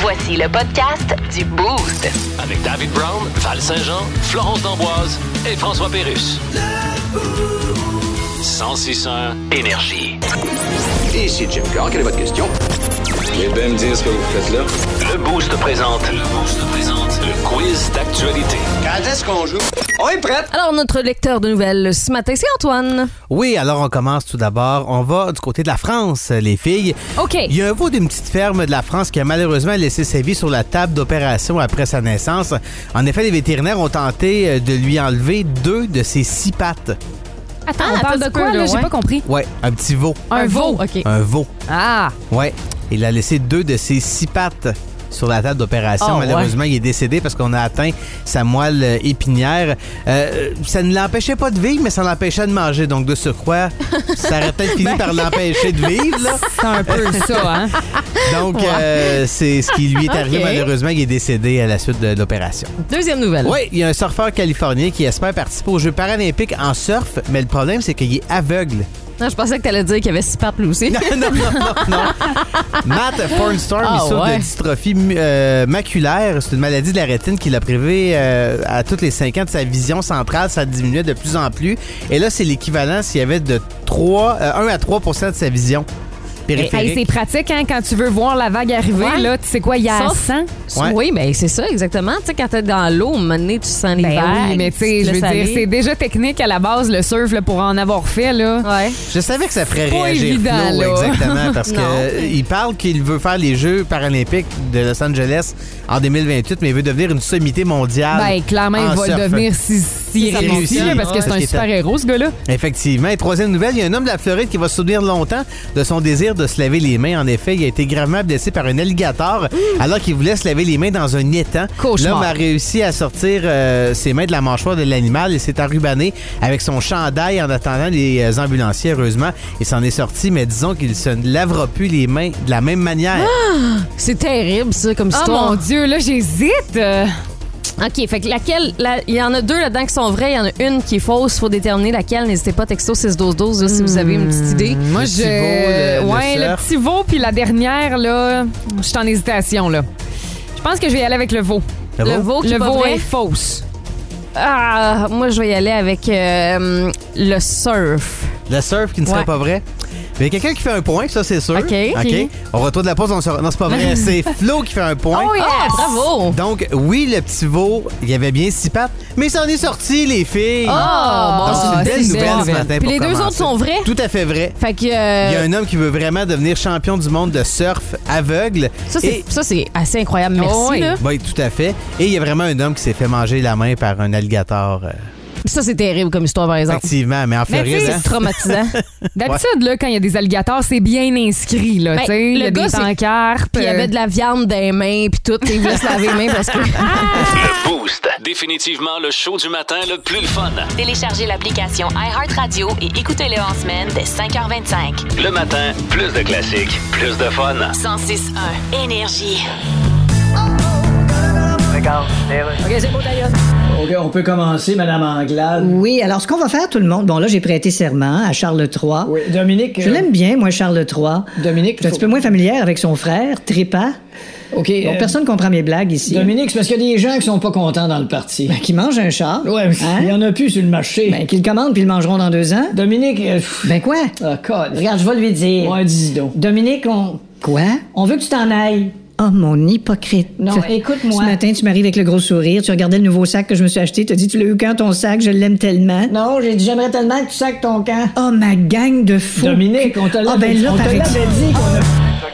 Voici le podcast du Boost. Avec David Brown, Val Saint-Jean, Florence D'Amboise et François Pérus. 1061 Énergie. Ici Jim Carr, quelle est votre question? Vous bien me dire ce que vous faites là? Le Boost présente. Le Boost présente. Le quiz d'actualité. Quand est-ce qu'on joue? On est prêt! Alors, notre lecteur de nouvelles ce matin, c'est Antoine. Oui, alors on commence tout d'abord. On va du côté de la France, les filles. OK. Il y a un veau d'une petite ferme de la France qui a malheureusement laissé ses vies sur la table d'opération après sa naissance. En effet, les vétérinaires ont tenté euh, de lui enlever deux de ses six pattes. Attends, Ah, on parle attends de un quoi, peu, là? là, J'ai ouais. pas compris. Ouais, un petit veau. Un veau. OK. Un veau. Ah, Ouais. Il a laissé deux de ses six pattes sur la table d'opération. Oh, Malheureusement, il est décédé parce qu'on a atteint sa moelle euh, épinière. Euh, ça ne l'empêchait pas de vivre, mais ça l'empêchait de manger. Donc, de surcroît, ça aurait peut-être Ben. fini par l'empêcher de vivre. là. C'est un peu ça, hein? Donc, euh, c'est ce qui lui est arrivé. Ok. Malheureusement, il est décédé à la suite de l'opération. deuxième nouvelle. Oui, il y a un surfeur californien qui espère participer aux Jeux paralympiques en surf, mais le problème, c'est qu'il est aveugle. Non, je pensais que t'allais dire qu'il y avait six pattes, lui aussi. non, non, non, non, non. Matt Fornstorm, Ah, il souffre ouais. de dystrophie mu- euh, maculaire. C'est une maladie de la rétine qui l'a privé euh, à tous les 5 ans de sa vision centrale. Ça diminuait de plus en plus. Et là, c'est l'équivalent s'il y avait de 3, euh, 1 à 3 de sa vision Eh, Hey, périphérique. c'est pratique, hein? Quand tu veux voir la vague arriver, Ouais. là, tu sais quoi, il y a Sauf- 100. Ouais. Oui, mais c'est ça, exactement. Tu sais, quand t'es dans l'eau, un moment donné, tu sens les Ben vagues. oui, mais tu sais, je veux laisses dire, aller. c'est déjà technique à la base, le surf, là, pour en avoir fait, là. Ouais. Je savais que ça ferait Pas réagir évident, Flo, là. exactement, parce que Non. euh, il parle qu'il veut faire les Jeux paralympiques de Los Angeles en 2028, mais il veut devenir une sommité mondiale. Ben, Ah. clairement, en il va surf. le devenir si, si Ça réussi, fonctionne, là, parce que Ah, ouais. Parce c'est un qu'il est- super héros, ce gars-là. Effectivement. Et troisième nouvelle, il y a un homme de la Floride qui va se souvenir longtemps de son désir de se laver les mains. En effet, il a été gravement blessé par un alligator alors qu'il voulait se laver les mains dans un étang. Cauchemar. L'homme a réussi à sortir euh, ses mains de la mâchoire de l'animal et s'est enrubanné avec son chandail en attendant les euh, ambulanciers. Heureusement, il s'en est sorti, mais disons qu'il se ne lavera plus les mains de la même manière. C'est terrible, ça, comme Oh histoire. mon Dieu, là, j'hésite. Euh, OK, fait que laquelle... la- Il y en a deux là-dedans qui sont vraies, il y en a une qui est fausse. faut déterminer laquelle. N'hésitez pas, texto 612-12, là, si vous avez une petite idée. Moi, Le je. petit veau, le- le ouais, le surf. petit veau, puis la dernière, là, je suis en hésitation, là. Je pense que je vais y aller avec le veau. Le veau qui le est pas veau vrai. Oh, est fausse. Ah, moi, je vais y aller avec euh, le surf. Le surf qui ne serait Ouais. pas vrai. Mais il y a quelqu'un qui fait un point, ça c'est sûr. OK. OK. On retourne de la pause, on se... Non, c'est pas vrai. c'est Flo qui fait un point. Oh, yes! Ah, bravo! Donc, oui, le petit veau, il y avait bien six pattes, mais ça en est sorti, les filles. Ah, Donc, bon, c'est une belle c'est nouvelle bon. ce matin. Puis pour les deux commencer. autres sont vrais? Tout à fait vrai. Fait que... Il y a euh, un homme qui veut vraiment devenir champion du monde de surf aveugle. Ça, c'est Et- ça, c'est assez incroyable. Merci, Oh, oui. là. Oui, tout à fait. Et il y a vraiment un homme qui s'est fait manger la main par un alligator. euh, Ça, c'est terrible comme histoire, par exemple. effectivement, mais en Mais Floride. tu sais, hein. Ben, C'est traumatisant. D'habitude, là, quand il y a des alligators, c'est bien inscrit, là, Ben, tu sais. Il y le a gars, des c'est- pancartes. Puis il y avait de la viande dans les mains, puis tout. Il voulait se laver les mains parce que... Le Boost. Définitivement le show du matin le plus le fun. Téléchargez l'application iHeartRadio et écoutez-le en semaine dès 5h25. Le matin, plus de classiques, plus de fun. 106.1 Énergie. OK, on peut commencer, Madame Anglade. Oui, alors ce qu'on va faire tout le monde, bon là j'ai prêté serment à Charles III. Dominique. Je euh, l'aime bien, moi Charles III. Dominique. Je suis un faut- petit peu moins familière avec son frère, Trépas. OK. Bon, euh, personne comprend mes blagues ici. Ben, Dominique, c'est parce qu'il y a des gens qui sont pas contents dans le parti. Qui mange un char. Ouais, mais il y en a plus sur le marché. Ben, qu'ils commandent puis ils le mangeront dans deux ans. Dominique. euh, pff, Ben quoi? ah, code. Regarde, je vais lui dire. Ouais, dis donc. Dominique, on... Quoi? On veut que tu t'en ailles. Oh, mon hypocrite. Non, écoute-moi. Ce matin, tu m'arrives avec le gros sourire, tu regardais le nouveau sac que je me suis acheté, tu as dit, tu l'as eu quand ton sac, je l'aime tellement. Non, j'ai dit j'aimerais tellement que tu sacs ton camp. Oh, ma gang de fous. Dominique, on te l'a Ah, ben là, on te paraît- l'avait dit qu'on a-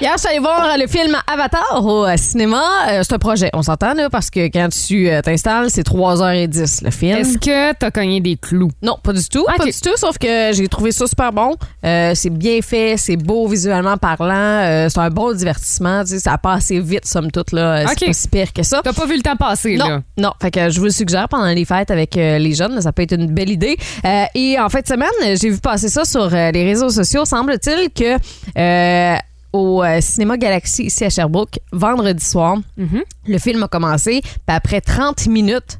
Hier, je suis allée voir le film Avatar au euh, cinéma. Euh, c'est un projet, on s'entend, là, parce que quand tu euh, t'installes, c'est 3h10 le film. Est-ce que t'as cogné des clous? Non, pas du tout. Ah, Pas ok. du tout, sauf que j'ai trouvé ça super bon. Euh, c'est bien fait, c'est beau visuellement parlant. euh, c'est un bon divertissement. tu sais, ça a passé vite, somme toute. Là. Euh, C'est Ok. pas si pire que ça. T'as pas vu le temps passer, Non, là? non. Fait que je vous le suggère pendant les fêtes avec euh, les jeunes, ça peut être une belle idée. Euh, et en fin de semaine, euh, j'ai vu passer ça sur euh, les réseaux sociaux. Semble-t-il que euh, au euh, Cinéma Galaxy ici à Sherbrooke, vendredi soir, Mm-hmm. le film a commencé. Puis après 30 minutes,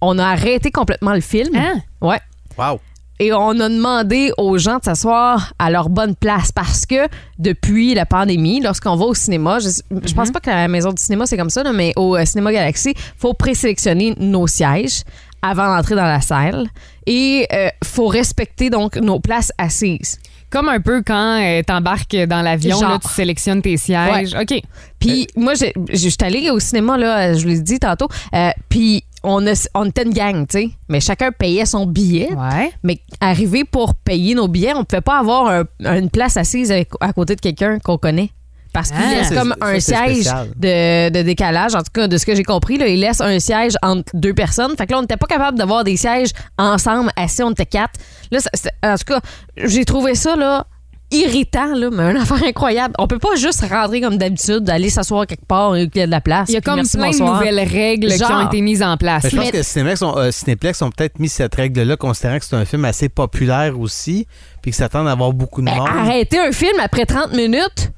on a arrêté complètement le film. Hein? Ouais. Wow. et on a demandé aux gens de s'asseoir à leur bonne place parce que depuis la pandémie, lorsqu'on va au cinéma, je, je Mhm. pense pas que la maison du cinéma c'est comme ça, là, mais au euh, Cinéma Galaxy, faut présélectionner nos sièges avant d'entrer dans la salle et euh, faut respecter donc nos places assises. Comme un peu quand euh, t'embarques dans l'avion, Genre. là, tu sélectionnes tes sièges. OK. Puis moi, j'ai- j'ai- j'étais allée au cinéma, là, je vous l'ai dit tantôt. euh, puis on, a- on était une gang, tu sais. Mais chacun payait son billet. Ouais. Mais arrivé pour payer nos billets, on ne pouvait pas avoir un- une place assise avec- à côté de quelqu'un qu'on connaît. Parce qu'il Ah. laisse Ça, comme c'est- un ça, c'est siège spécial. de, de décalage, en tout cas de ce que j'ai compris. Là, il laisse un siège entre deux personnes. Fait que là, on n'était pas capable d'avoir des sièges ensemble assis, on était quatre. Là, ça- c'est- en tout cas, j'ai trouvé ça là, irritant, là, mais une affaire incroyable. On peut pas juste rentrer comme d'habitude, aller s'asseoir quelque part et qu'il y a de la place. Il y a puis comme merci, plein bonsoir. de nouvelles règles qui Genre. ont été mises en place. Mais je pense que Cinéplex ont, euh, Cinéplex ont peut-être mis cette règle-là, considérant que c'est un film assez populaire aussi, puis que ça tend à avoir beaucoup de Ben, monde. arrêter un film après 30 minutes,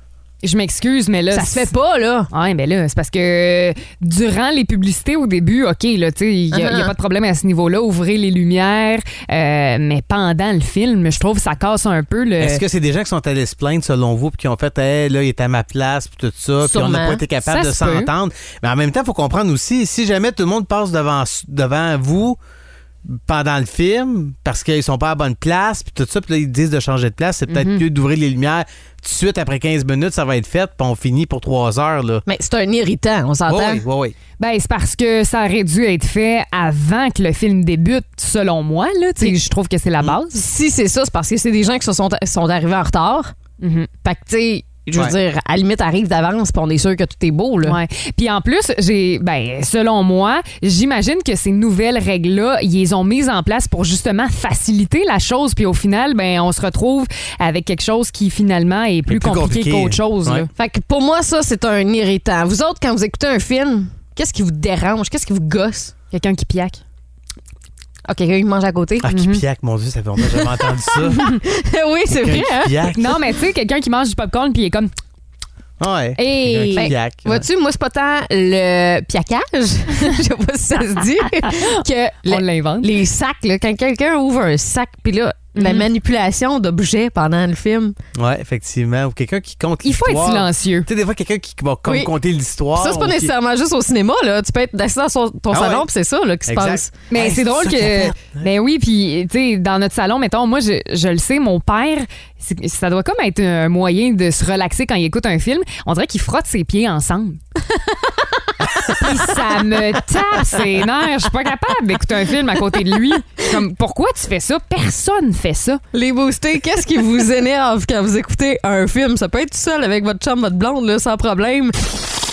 Je m'excuse, mais là. ça se fait pas, là. Ouais, ben là, c'est parce que euh, durant les publicités au début, OK, là, tu sais, il n'y a, Uh-huh. y a pas de problème à ce niveau-là, ouvrez les lumières, euh, mais pendant le film, je trouve que ça casse un peu le. Est-ce que c'est des gens qui sont allés se plaindre selon vous, puis qui ont fait, hey, là, il est à ma place, puis tout ça, puis on n'a Sûrement. pas été capable Ça de se peut. s'entendre. Mais en même temps, il faut comprendre aussi, si jamais tout le monde passe devant, devant vous pendant le film, parce qu'ils sont pas à la bonne place, puis tout ça, puis là, ils disent de changer de place, c'est peut-être Mhm. mieux d'ouvrir les lumières tout de suite après 15 minutes, ça va être fait, puis on finit pour 3 heures, là. Mais c'est un irritant, on s'entend. Oh Oui, oui, oui. Ben, c'est parce que ça aurait dû être fait avant que le film débute, selon moi, là, tu sais, je trouve que c'est la base. si c'est ça, c'est parce que c'est des gens qui se sont, sont arrivés en retard. Mm-hmm. Fait que, tu sais, je veux Ouais. dire, à la limite, arrive d'avance, puis on est sûr que tout est beau, là. Ouais. Puis en plus, j'ai ben selon moi, j'imagine que ces nouvelles règles là, ils les ont mises en place pour justement faciliter la chose puis au final ben on se retrouve avec quelque chose qui finalement est plus, plus compliqué. compliqué, qu'autre chose là. Ouais. Fait que pour moi, ça, c'est un irritant. Vous autres, quand vous écoutez un film, qu'est-ce qui vous dérange? Qu'est-ce qui vous gosse? Quelqu'un qui piaque. Ah, quelqu'un qui mange à côté? Mhm. Ah, qui piaque, mon Dieu, ça fait longtemps que j'avais entendu ça. oui, c'est vrai, hein? Qui piaque. Non, mais tu sais quelqu'un qui mange du popcorn puis il est comme Ouais. Hey! Quelqu'un qui Ben, piaque. Vois-tu, moi, c'est pas tant le piaquage, je sais pas si ça se dit, que on le- l'invente. les sacs, là, quand quelqu'un ouvre un sac, puis là, la Mhm. manipulation d'objets pendant le film. Ouais, effectivement. Ou quelqu'un qui compte Il faut être l'histoire. silencieux. Tu sais, des fois, quelqu'un qui va comme Oui. compter l'histoire. Ça, c'est pas ou qui- nécessairement juste au cinéma, là. Tu peux être assis dans son- ton Ah salon, ouais. puis c'est ça, là, qui se Exact. passe. Mais Hey, c'est c'est drôle ça que. qu'il a fait. Ben oui, puis, tu sais, dans notre salon, mettons, moi, je, je le sais, mon père, c'est- ça doit comme être un moyen de se relaxer quand il écoute un film. On dirait qu'il frotte ses pieds ensemble. Puis ça me tape ses nerfs. Je suis pas capable d'écouter un film à côté de lui. Comme, pourquoi tu fais ça? Personne fait ça. Les boostés, qu'est-ce qui vous énerve quand vous écoutez un film? Ça peut être tout seul avec votre chum, votre blonde, là, sans problème.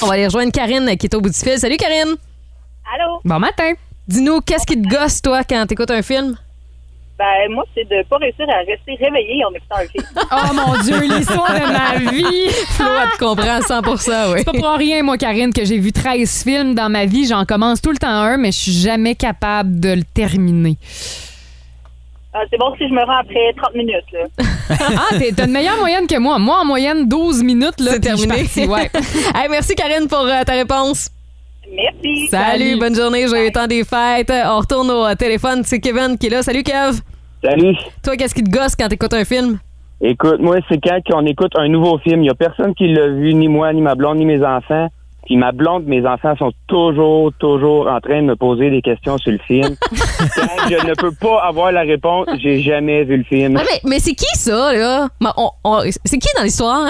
On va aller rejoindre Karine euh, qui est au bout du fil. Salut, Karine! Allô? Bon matin. Dis-nous, qu'est-ce qui te gosse, toi, quand t'écoutes un film? Ben, moi, c'est de pas réussir à rester réveillé en écoutant un film. Oh mon Dieu, l'histoire de ma vie. Flo, elle te comprend à 100 oui. C'est pas pour rien, moi, Karine, que j'ai vu 13 films dans ma vie. J'en commence tout le temps un, mais je suis jamais capable de le terminer. Ah, c'est bon si je me rends après 30 minutes, là. Ah, t'es- t'as une meilleure moyenne que moi. Moi, en moyenne, 12 minutes, là. C'est puis je suis terminé. partie, ouais. Hey, merci, Karine, pour euh, ta réponse. Merci. Salut, Salut. bonne journée, joyeux temps des fêtes. On retourne au euh, téléphone, c'est Kevin qui est là. Salut, Kev! Salut. Toi, qu'est-ce qui te gosse quand t'écoutes un film? Écoute, moi, c'est quand on écoute un nouveau film, il n'y a personne qui l'a vu, ni moi, ni ma blonde, ni mes enfants. Puis ma blonde, mes enfants sont toujours, toujours en train de me poser des questions sur le film. Quand je ne peux pas avoir la réponse, j'ai jamais vu le film. Ah, mais, mais c'est qui ça, là? Ma- on- on- c'est qui dans l'histoire?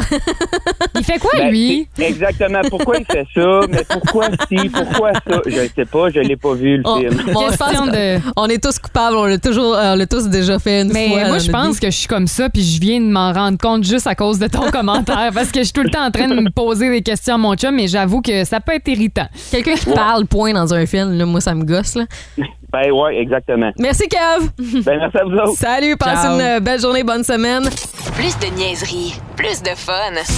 Il fait quoi, Ben, lui? c'est Exactement. Pourquoi il fait ça? Mais pourquoi si? Pourquoi ça? Je ne sais pas, je l'ai pas vu le On, film. on- je pense Question de... qu'on- on est tous coupables, on l'a toujours, on l'a tous déjà fait une fois. Mais dans moi, je notre pense vie. que je suis comme ça, puis je viens de m'en rendre compte juste à cause de ton commentaire, parce que je suis tout le temps en train de me poser des questions à mon chum, mais j'avoue que ça peut être irritant. quelqu'un qui parle point dans un film, là, moi, ça me gosse. Là. Ben ouais, exactement. Merci, Kev. Ben merci à vous autres. Salut, passe Ciao. une euh, belle journée, bonne semaine. Plus de niaiserie, plus de fun.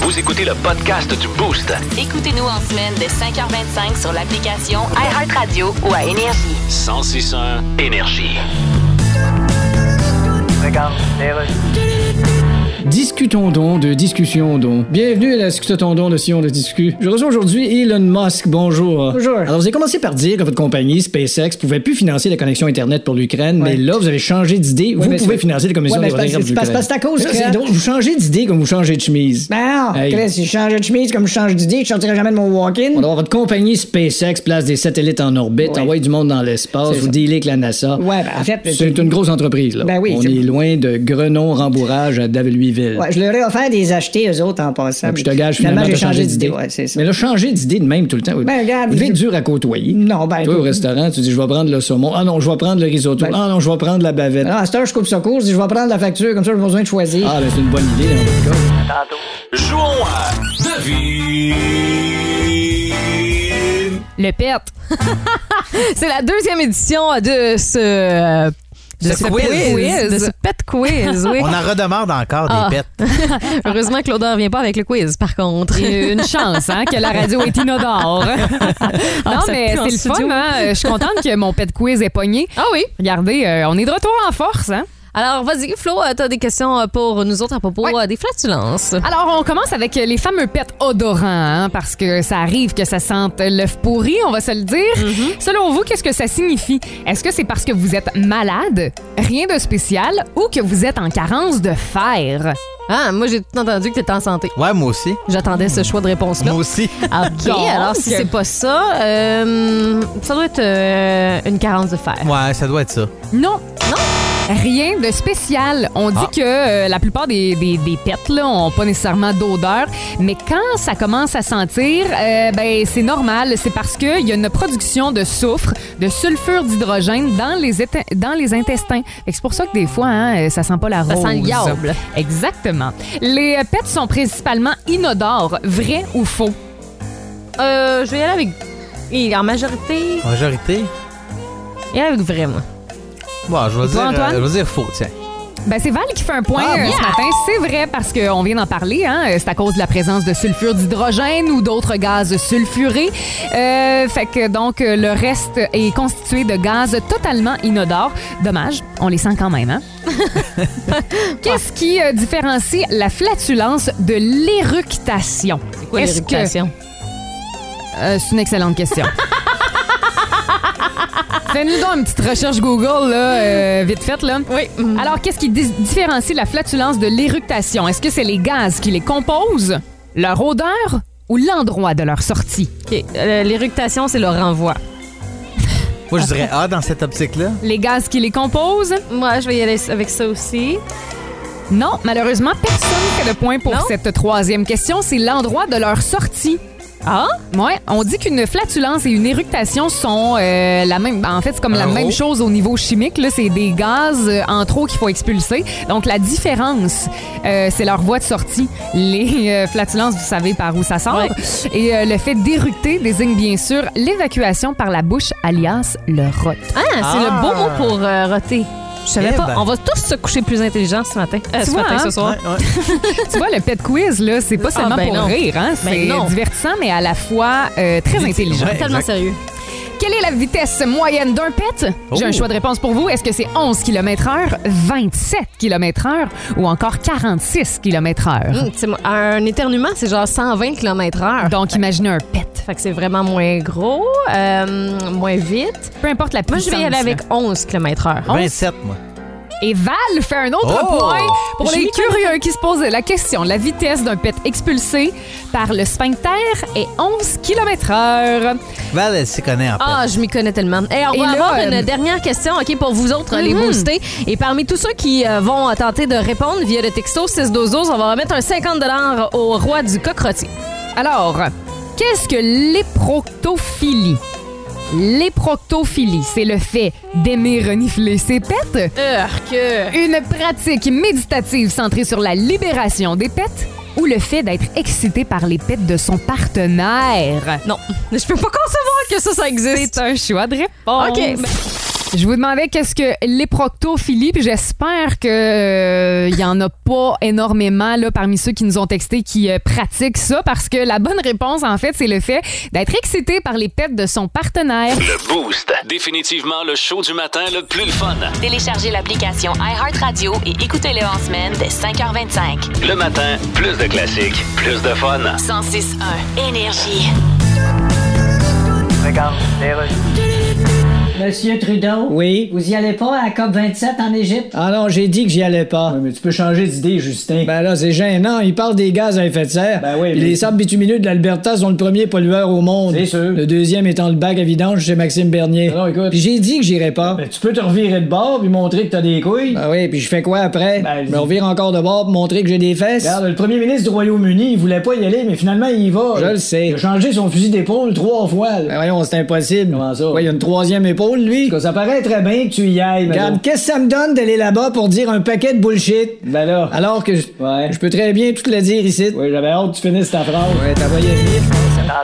Vous écoutez le podcast du Boost. Écoutez-nous en semaine de 5h25 sur l'application iHeartRadio ou à Énergie. 1061 Énergie. Discutons donc de discussion donc. Bienvenue à la discutons donc de Sion de Discu. Je reçois aujourd'hui Elon Musk. Bonjour. Bonjour. Alors, vous avez commencé par dire que votre compagnie SpaceX pouvait plus financer la connexion Internet pour l'Ukraine, mais là, vous avez changé d'idée. Ouais, vous mais pouvez c'est- financer la commission Ouais, des mais c'est parce- retraites c'est pour parce- l'Ukraine. parce que c'est à cause de C'est ça. drôle, Vous changez d'idée comme vous changez de chemise. Ben non, Hey. Chris, si je changeais de chemise comme je change d'idée, je sortirais jamais de mon walk-in. Alors, votre compagnie SpaceX place des satellites en orbite, envoie du monde dans l'espace, C'est vous ça. dealez avec la NASA. Ouais, ben, en fait, c'est c'est- une grosse entreprise. Là. Ben oui, On c'est- est loin de Grenon-Rembourrage à Davidouville. Ouais, je leur ai offert des achetés, eux autres, en passant. Puis je te gage finalement, j'ai t'as changé d'idée. Ouais, c'est Mais là, changer d'idée de même tout le temps. Ben, regarde, Vous devez je- être dur à côtoyer. Non, ben. Toi, au restaurant, tu dis, je vais prendre le saumon. Ah non, je vais prendre le risotto. Ah non, je vais prendre la bavette. Ben, Ah, à cette heure, je coupe ça court, je dis, je vais prendre la facture, comme ça, j'ai pas besoin de choisir. Ah, ben, c'est une bonne idée. hein. Jouons à Devine. Le pet. c'est la deuxième édition de ce. De Ce quiz. De ce pet quiz, oui. On en redemande encore Ah. des pets. Heureusement que l'odeur vient pas avec le quiz, par contre. Une chance, hein, que la radio est inodore. Ah, non, ça mais pue en c'est le studio. fun, hein? Euh, Je suis contente que mon pet quiz est pogné. Ah oui? Regardez, euh, on est de retour en force, hein? Alors, vas-y, Flo, tu as des questions euh, pour nous autres à propos euh, des flatulences. Alors, on commence avec les fameux pets odorants, hein, parce que ça arrive que ça sente l'œuf pourri, on va se le dire. Selon vous, qu'est-ce que ça signifie? Est-ce que c'est parce que vous êtes malade, rien de spécial, ou que vous êtes en carence de fer? Ah, moi, j'ai tout entendu que tu étais en santé. Ouais, moi aussi. J'attendais ce choix de réponse-là. Moi aussi. OK, Donc. alors si c'est pas ça, euh, ça doit être euh, une carence de fer. Ouais, ça doit être ça. Non, non. Rien de spécial. On dit Ah. que euh, la plupart des, des, des pets là, ont pas nécessairement d'odeur, mais quand ça commence à sentir, euh, ben c'est normal. C'est parce qu'il y a une production de soufre, de sulfure d'hydrogène dans les éte- dans les intestins. Fait que C'est pour ça que des fois, hein, euh, ça sent pas la Ça rose. sent le diable. Exactement. Les euh, pets sont principalement inodores. Vrai ou faux Euh, je vais y aller avec... et en majorité, Majorité. y aller avec vraiment. Bon, je vais Toi, dire, Antoine? euh, je vais dire faux, tiens. Ben, c'est Val qui fait un point Ah, euh, bon? ce matin. C'est vrai parce qu'on vient d'en parler. Hein? Euh, C'est à cause de la présence de sulfure d'hydrogène ou d'autres gaz sulfurés. Euh, fait que donc, euh, le reste est constitué de gaz totalement inodores. Dommage, on les sent quand même. Hein? Qu'est-ce qui euh, différencie la flatulence de l'éructation? C'est Quoi, l'éructation? Euh, c'est une excellente question. Fais-nous donc une petite recherche Google, là, euh, vite faite. Là. Oui. Alors, qu'est-ce qui dis- différencie la flatulence de l'éructation? Est-ce que c'est les gaz qui les composent, leur odeur ou l'endroit de leur sortie? OK, euh, l'éructation, c'est le renvoi. Moi, je dirais A dans cette optique-là. Les gaz qui les composent? Moi, je vais y aller avec ça aussi. Non, malheureusement, personne fait de point pour Non? cette troisième question. C'est l'endroit de leur sortie. Ah? Ouais. On dit qu'une flatulence et une éructation sont euh, la même. En fait, c'est comme la Un même rot. chose au niveau chimique. Là, c'est des gaz euh, en trop qu'il faut expulser. Donc, la différence, euh, c'est leur voie de sortie. Les euh, flatulences, vous savez par où ça sort. Et euh, le fait d'éructer désigne bien sûr l'évacuation par la bouche, alias le rot. Ah, c'est le beau mot pour euh, roter. Je savais Eh pas. ben. On va tous se coucher plus intelligents ce matin. Euh, Tu ce vois, matin, hein? ce soir. Ouais, ouais. tu vois, le pet quiz, là, c'est pas Ah, seulement ben pour non. rire, hein? C'est Ben non. divertissant, mais à la fois euh, très intelligent. Ouais, Tellement exact. sérieux. Quelle est la vitesse moyenne d'un pet? J'ai un Oh. choix de réponse pour vous. Est-ce que c'est 11 km/h, 27 km/h ou encore 46 km/h? Hum, tu sais, moi, un éternuement, c'est genre 120 km/h. Donc, imaginez un pet. Fait que c'est vraiment moins gros, euh, moins vite. Peu importe la Moi, puissance. je vais y aller avec 11 km/h. 27, moi. Et Val fait un autre Oh! point pour Je les m'y curieux qui se posaient la question. La vitesse d'un pet expulsé par le sphincter est 11 km/h. Val, elle s'y connaît en fait. Ah, je m'y connais tellement. Et on Et va là, avoir euh, une dernière question, OK, pour vous autres, les Mhm. boostés. Et parmi tous ceux qui euh, vont euh, tenter de répondre via le texto 612 on va remettre un 50 au roi du coq rôti. Alors, qu'est-ce que l'éproctophilie? L'éproctophilie, c'est le fait d'aimer renifler ses pets, que... une pratique méditative centrée sur la libération des pets ou le fait d'être excité par les pets de son partenaire. Non, je peux pas concevoir que ça, ça existe. C'est un choix de réponse. OK. Je vous demandais qu'est-ce que l'éproctophilie, puis j'espère que euh, il y en a pas énormément là, parmi ceux qui nous ont texté qui euh, pratiquent ça, parce que la bonne réponse, en fait, c'est le fait d'être excité par les pets de son partenaire. Le Boost. Définitivement le show du matin le plus le fun. Téléchargez l'application iHeartRadio et écoutez-le en semaine dès 5h25. Le matin, plus de classiques, plus de fun. 106.1 Énergie. Regarde, Monsieur Trudeau. Oui. Vous y allez pas à la COP27 en Égypte? Ah non, j'ai dit que j'y allais pas. mais tu peux changer d'idée, Justin. Ben là, c'est gênant. Il parle des gaz à effet de serre. Ben oui, Puis mais- Les sables bitumineux de l'Alberta sont le premier pollueur au monde. C'est sûr. Le deuxième étant le bac à vidange chez Maxime Bernier. Ben non, écoute. Puis j'ai dit que j'irais pas. Ben, tu peux te revirer de bord puis montrer que t'as des couilles. Ben oui, puis je fais quoi après? Ben, je me revire encore de bord pour montrer que j'ai des fesses? Regarde, le premier ministre du Royaume-Uni, il voulait pas y aller, mais finalement, il y va. Je le sais. Il a changé son fusil d'épaule trois fois. là. Ben voyons, c'est impossible. Comment ça? Ouais, il y a une troisième épaule, lui. Parce que ça paraît très bien que tu y ailles, mais Regarde, qu'est-ce que ça me donne d'aller là-bas pour dire un paquet de bullshit? là- Ben là. Alors que je Ouais. je peux très bien tout le dire ici. Oui, j'avais hâte que tu finisses ta phrase. Ouais, t'as voyé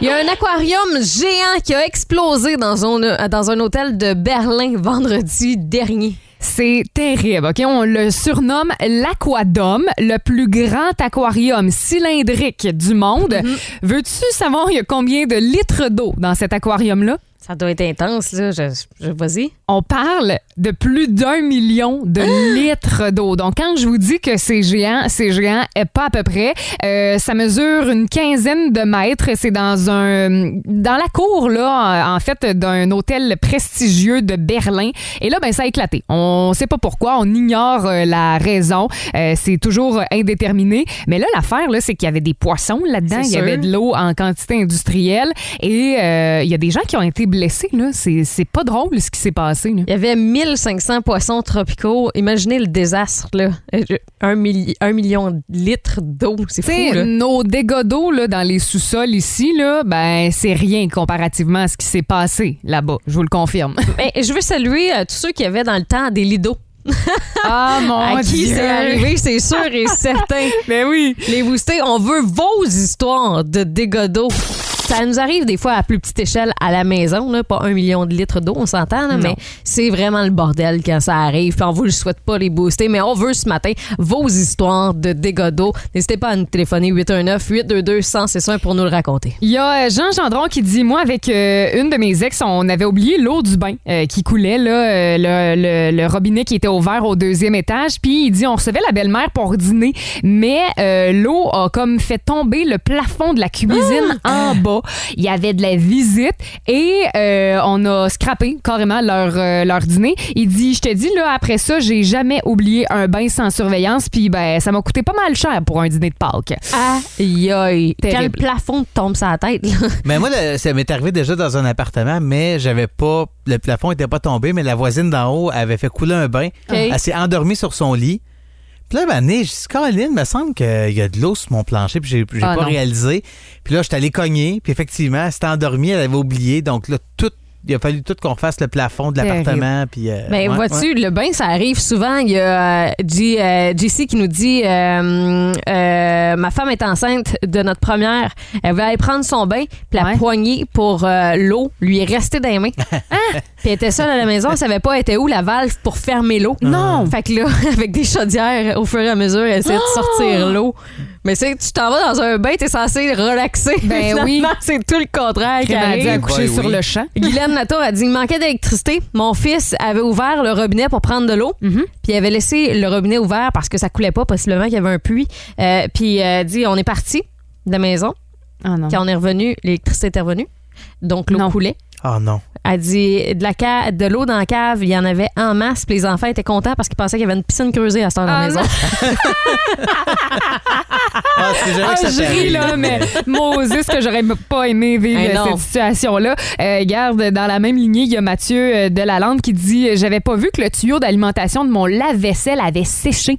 Il y a un aquarium géant qui a explosé dans un, dans un hôtel de Berlin vendredi dernier. C'est terrible, OK? On le surnomme l'aquadome, le plus grand aquarium cylindrique du monde. Veux-tu savoir il y a combien de litres d'eau dans cet aquarium-là? Ça doit être intense, là. Je, je- Vas-y. On parle de plus d'un million de Ah! litres d'eau. Donc, quand je vous dis que c'est géant, c'est géant, et pas à peu près. Euh, ça mesure une quinzaine de mètres. C'est dans un, dans la cour là, en- en fait, d'un hôtel prestigieux de Berlin. Et là, ben ça a éclaté. On sait pas pourquoi. On ignore euh, la raison. Euh, c'est toujours euh, indéterminé. Mais là, l'affaire là, c'est qu'il y avait des poissons là-dedans. C'est Il y avait sûr. de l'eau en quantité industrielle. Et euh, il y a des gens qui ont été blessés là. C'est c'est pas drôle ce qui s'est passé. là. Il y avait 1500 poissons tropicaux. Imaginez le désastre, là. Euh, je- Un, milli- un million de litres d'eau. C'est Tu fou, sais, là. nos dégâts d'eau là, dans les sous-sols ici, là, ben, c'est rien comparativement à ce qui s'est passé là-bas, je vous le confirme. Mais Ben, je veux saluer euh, tous ceux qui avaient dans le temps des lidos. Ah mon à qui c'est arrivé, c'est sûr et certain. Mais oui. Les boostés, on veut vos histoires de dégâts d'eau. Ça nous arrive des fois à plus petite échelle à la maison, là, pas un million de litres d'eau, on s'entend, là, mais c'est vraiment le bordel quand ça arrive. Puis on vous le souhaite pas, les boostés, mais on veut ce matin vos histoires de dégâts d'eau. N'hésitez pas à nous téléphoner 819-822-1061 pour nous le raconter. Il y a euh, Jean Gendron qui dit Moi, avec euh, une de mes ex, on avait oublié l'eau du bain euh, qui coulait, là, euh, le, le- le robinet qui était ouvert au deuxième étage. Puis il dit On recevait la belle-mère pour dîner, mais euh, l'eau a comme fait tomber le plafond de la cuisine Ah! en bas. Il y avait de la visite et euh, on a scrappé carrément leur, euh, leur dîner. Il dit Je te dis, là, après ça, j'ai jamais oublié un bain sans surveillance. Puis ben, ça m'a coûté pas mal cher pour un dîner de Pâques. Aïe, aïe. Quand le Terrible. Ah, plafond te tombe sur la tête, là. Mais moi, le- ça m'est arrivé déjà dans un appartement, mais j'avais pas. Le plafond était pas tombé, mais la voisine d'en haut avait fait couler un bain. Elle s'est endormie sur son lit. Puis là, ben, j'ai dit, Caroline, il me semble qu'il y a de l'eau sur mon plancher, puis j'ai j'ai Ah, pas non. réalisé. Puis là, j'étais allé cogner, puis effectivement, elle s'était endormie, elle avait oublié. Donc là, tout. Il a fallu tout qu'on fasse le plafond de Terrible. l'appartement. Puis. euh, Mais ouais, ouais. vois-tu, le bain, ça arrive souvent. Il y a euh, G- euh, JC qui nous dit euh, euh, Ma femme est enceinte de notre première. Elle veut aller prendre son bain, puis la Ouais. poignée pour euh, l'eau lui est restée dans les mains. Hein? Puis elle était seule à la maison, elle savait pas elle était où la valve pour fermer l'eau. Ah. Non. Oh! Fait que là, avec des chaudières, au fur et à mesure, elle essaie de sortir l'eau. Mais c'est tu t'en vas dans un bain, t'es censé relaxer. Ben Finalement, oui. c'est tout le contraire qui Elle m'a arrive. dit à coucher Ben sur oui. le champ. Guylaine Nato a dit il manquait d'électricité. Mon fils avait ouvert le robinet pour prendre de l'eau, Mhm. puis il avait laissé le robinet ouvert parce que ça coulait pas, possiblement qu'il y avait un puits. Euh, puis euh, dit on est parti de la maison. Ah non. Quand on est revenu, l'électricité était revenue. Donc l'eau Non. coulait. Oh non. Elle dit de la ca- de l'eau dans la cave, il y en avait en masse, puis les enfants étaient contents parce qu'ils pensaient qu'il y avait une piscine creusée à cette heure à la Ah maison. Ah, c'est jamais Ah, que ça je t'arrive. ris, là, mais Moses, que j'aurais m- pas aimé vivre Hey, non. cette situation-là. Euh, garde, dans la même lignée, il y a Mathieu euh, de la Lande qui dit J'avais pas vu que le tuyau d'alimentation de mon lave-vaisselle avait séché.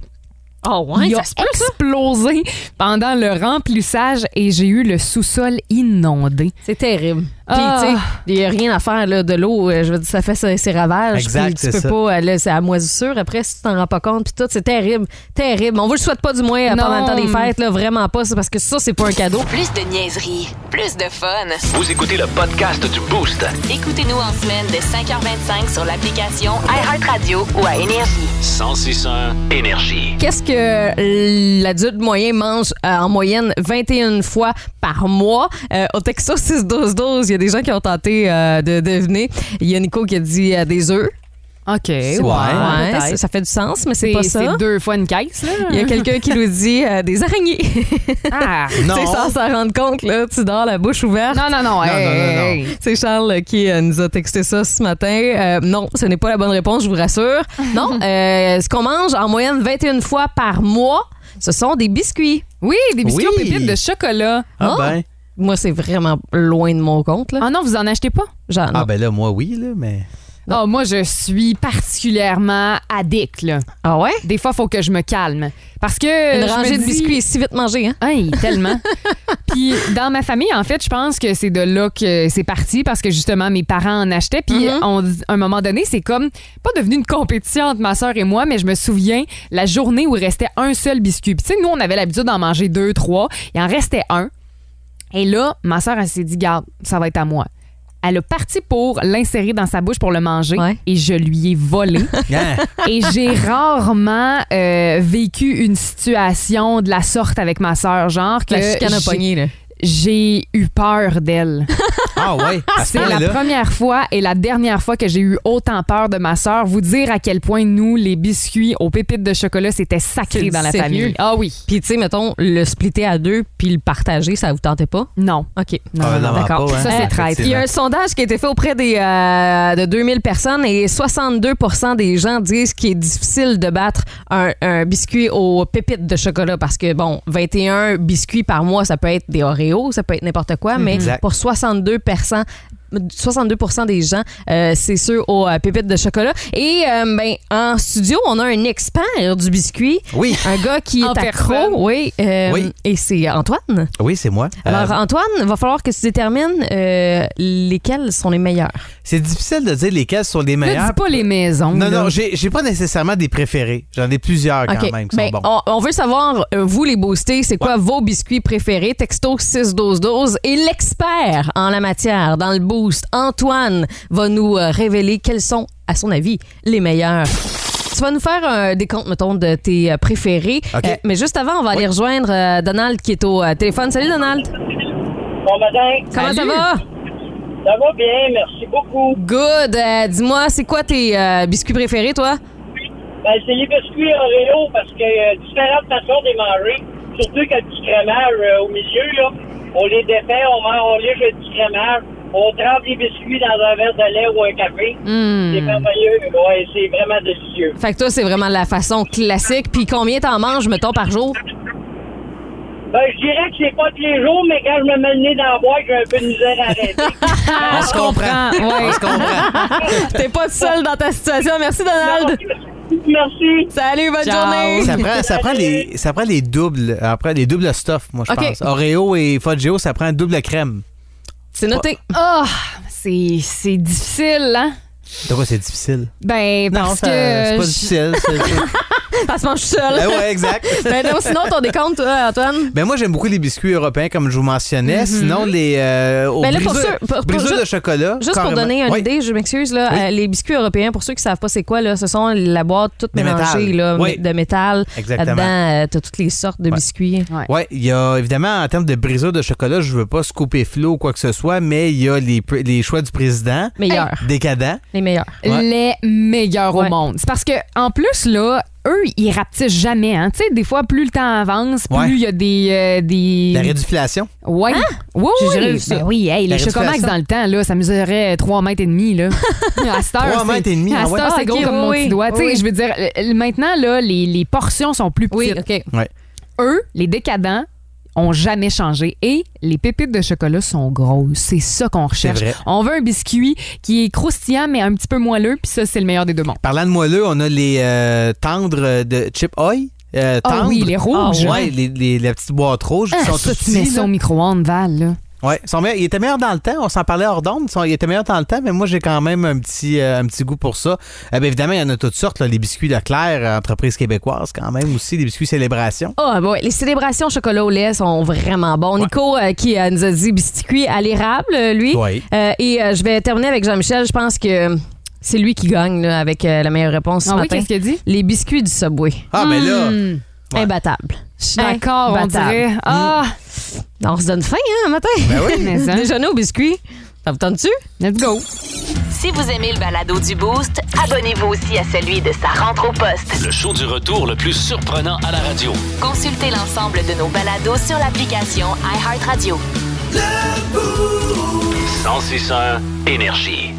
Oh ouais, il a ça se peut, ça? explosé pendant le remplissage et j'ai eu le sous-sol inondé. C'est terrible. Puis, Ah. tu sais, il n'y a rien à faire là, de l'eau. Euh, Je veux dire, ça fait ses, ses ravages. Exact, Puis, c'est tu peux ça. pas. euh, Là, c'est à moisissure après si tu t'en rends pas compte. Puis tout, c'est terrible. Terrible. On vous le souhaite pas, du moins, euh, Non. pendant le temps des fêtes. Là, vraiment pas. C'est parce que ça, c'est pas un cadeau. Plus de niaiserie, plus de fun. Vous écoutez le podcast du Boost. Écoutez-nous en semaine de 5h25 sur l'application iHeartRadio ou à Énergie. 1061 Énergie. Qu'est-ce que l'adulte moyen mange euh, en moyenne 21 fois par mois? Euh, au Texas 6 12 12 il y a des gens qui ont tenté euh, de deviner. Il y a Nico qui a dit euh, des œufs. OK, ouais, Ah, peut-être. ça, ça fait du sens, mais c'est pas ça. C'est deux fois une caisse, là. Il y a quelqu'un qui nous dit euh, des araignées. Ah, Tu non. sais, sans s'en rendre compte, là, tu dors la bouche ouverte. Non, non, non. hey, hey, hey. C'est Charles qui euh, nous a texté ça ce matin. Euh, non, ce n'est pas la bonne réponse, je vous rassure. Non, euh, ce qu'on mange en moyenne 21 fois par mois, ce sont des biscuits. Oui, des biscuits aux pépites de chocolat. Ah ben. Moi, c'est vraiment loin de mon compte. Là. Ah non, vous en achetez pas? Genre, Ah ben là, moi oui, là, mais. Non, Ah, moi, je suis particulièrement addict, là. Ah ouais? Des fois, faut que je me calme. Parce que. Une Euh, je me rangée de dis- biscuits est si vite mangée, hein? Hey, tellement. Puis dans ma famille, en fait, je pense que c'est de là que c'est parti parce que justement, mes parents en achetaient. Puis on- à un moment donné, c'est comme pas devenu une compétition entre ma soeur et moi, mais je me souviens la journée où il restait un seul biscuit. Puis tu sais, nous, on avait l'habitude d'en manger deux, trois. Il en restait un. Et là, ma soeur, elle s'est dit, garde, ça va être à moi. Elle a parti pour l'insérer dans sa bouche pour le manger et je lui ai volé. hein? et j'ai rarement euh, vécu une situation de la sorte avec ma soeur, genre que La chicane à j'ai- poignée, là. J'ai eu peur d'elle. Ah ouais. à ce C'est la point-là. première fois et la dernière fois que j'ai eu autant peur de ma sœur. Vous dire à quel point nous, les biscuits aux pépites de chocolat, c'était sacré C'est dans la sérieux. famille. Ah oui. Puis, tu sais, mettons, le splitter à deux puis le partager, ça vous tentait pas? Non. OK. Non, Ah, non, non, non, d'accord. pas, hein. Ça, c'est Euh, traître. Il y a un sondage qui a été fait auprès des, euh, de 2000 personnes et 62 des gens disent qu'il est difficile de battre un, un biscuit aux pépites de chocolat parce que, bon, 21 biscuits par mois, ça peut être des Oreos, ça peut être n'importe quoi, mais Mhm. Exact. pour 62 62 des gens, euh, c'est sûr aux euh, pépites de chocolat. Et euh, ben, en studio, on a un expert du biscuit. Oui. Un gars qui En est personne. accro. Oui, euh, Oui. Et c'est Antoine. Oui, c'est moi. Alors, Euh, Antoine, il va falloir que tu détermines euh, lesquels sont les meilleurs. c'est difficile de dire lesquels sont les Ne dis meilleurs. pas les maisons. Non, là. non, j'ai j'ai pas nécessairement des préférés. J'en ai plusieurs quand OK. même qui Ben, sont bons. on, on veut savoir, euh, vous les boostés, c'est quoi vos biscuits préférés? Texto 61212. Et l'expert en la matière, dans le boost, Antoine, va nous euh, révéler quels sont, à son avis, les meilleurs. Tu vas nous faire un décompte, mettons, de tes euh, préférés. OK. mais juste avant, on va aller rejoindre euh, Donald qui est au euh, téléphone. Salut, Donald. Bon matin. Comment ça Salut. va? Ça va bien, merci beaucoup. Good. Euh, Dis-moi, c'est quoi tes euh, biscuits préférés, toi? Ben, c'est les biscuits Oreo parce que euh, différentes façons de les manger, surtout qu'il y a du crémage euh, au milieu, là. On les défait, on, mange- on lèche le petit crémage, on trempe les biscuits dans un verre de lait ou un café. Hmm. C'est merveilleux, ouais, c'est vraiment délicieux. Fait que toi, c'est vraiment la façon classique. Puis combien t'en manges, mettons, par jour? Ben, je dirais que c'est pas tous les jours, mais quand je me mets le nez dans la boîte, j'ai un peu de misère à arrêter. Ah, on se comprend. ouais. On se comprend. T'es pas seul dans ta situation. Merci, Donald. Merci. Salut, bonne Ciao. journée. Ça prend, ça, prend les, ça prend les doubles, après les doubles stuff, moi je OK. pense. Oreo et Fudgeo, ça prend double crème. C'est noté. Ah, c'est c'est difficile, hein? De quoi c'est difficile? Ben, Non, parce ça- c'est que. pas difficile. c'est- Ça se mange seul. Ben ouais, exact. Ben non, sinon, ton décompte, toi, Antoine? Ben moi j'aime beaucoup les biscuits européens comme je vous mentionnais, sinon les euh, aux Mhm. Ben là, pour briseux- ceux- pour- pour- briseux juste- de chocolat. Juste carrément. pour donner une Oui. idée, je m'excuse, là, euh, les biscuits européens, pour ceux qui savent pas c'est quoi, là, ce sont la boîte toute De mélangée métal. là, Oui. de métal. Exactement. Là-dedans, euh, t'as toutes les sortes de Ouais. biscuits. Ouais, il y a évidemment en termes de briseur de chocolat, je veux pas couper flot ou quoi que ce soit, mais il y a les, pr- les choix du président, Meilleurs. décadent. Les meilleurs. Ouais. les meilleurs Ouais. au monde. C'est parce que en plus là, eux ils rapetissent jamais. Hein. Tu sais, des fois plus le temps avance, plus il Ouais. y a des euh, des La réduflation. Ouais. Hein? Oui, J'ai oui. jamais vu Ben ça. oui, hey, La les chocomix réduflation. dans le temps, là, ça mesurait 3 mètres et demi, là. À cette heure, Trois c'est- mètres et demi, à ah cette ouais. heure, c'est Ah, gros ok, comme mon oui, petit doigt. oui. Tu sais, Oui. je veux dire, euh, maintenant, là, les, les portions sont plus Oui, petites. OK. Ouais. Eux, les décadents, ont jamais changé. Et les pépites de chocolat sont grosses. C'est ça qu'on recherche. vrai. On veut un biscuit qui est croustillant, mais un petit peu moelleux, puis ça, c'est le meilleur des deux mondes. Parlant de moelleux, on a les euh, tendres de Chip Oy. euh, Ah tendres. oui, les rouges. Ah ouais, les, les- la petite boîte rouge. Ah, qui sont ça, tout tu mets ça au micro-ondes, Val, là. Ouais, ils sont meilleurs- ils étaient meilleurs dans le temps. On s'en parlait hors d'onde. Ils sont- Ils étaient meilleurs dans le temps, mais moi, j'ai quand même un petit, euh, un petit goût pour ça. Euh, ben, évidemment, il y en a toutes sortes. là. les biscuits Leclerc, euh, entreprise québécoise, quand même, aussi. Les biscuits Célébration. Ah, bon, les célébrations au chocolat au lait sont vraiment bons. Nico, euh, qui euh, nous a dit biscuit à l'érable, euh, lui. Oui. Euh, et euh, je vais terminer avec Jean-Michel. Je pense que c'est lui qui gagne là, avec euh, la meilleure réponse ce Ah oui, matin. qu'est-ce qu'il a dit? Les biscuits du Subway. Ah, ben là. Hmm. Imbattable. Je suis d'accord, on dirait. Mm. Ah! On se donne faim, hein, matin? Ben oui. Mais ça. Déjeuner aux biscuits. Ça vous tente-tu? Let's go! Si vous aimez le balado du Boost, abonnez-vous aussi à celui de sa rentre au poste. Le show du retour le plus surprenant à la radio. Consultez l'ensemble de nos balados sur l'application iHeartRadio. 106 énergie.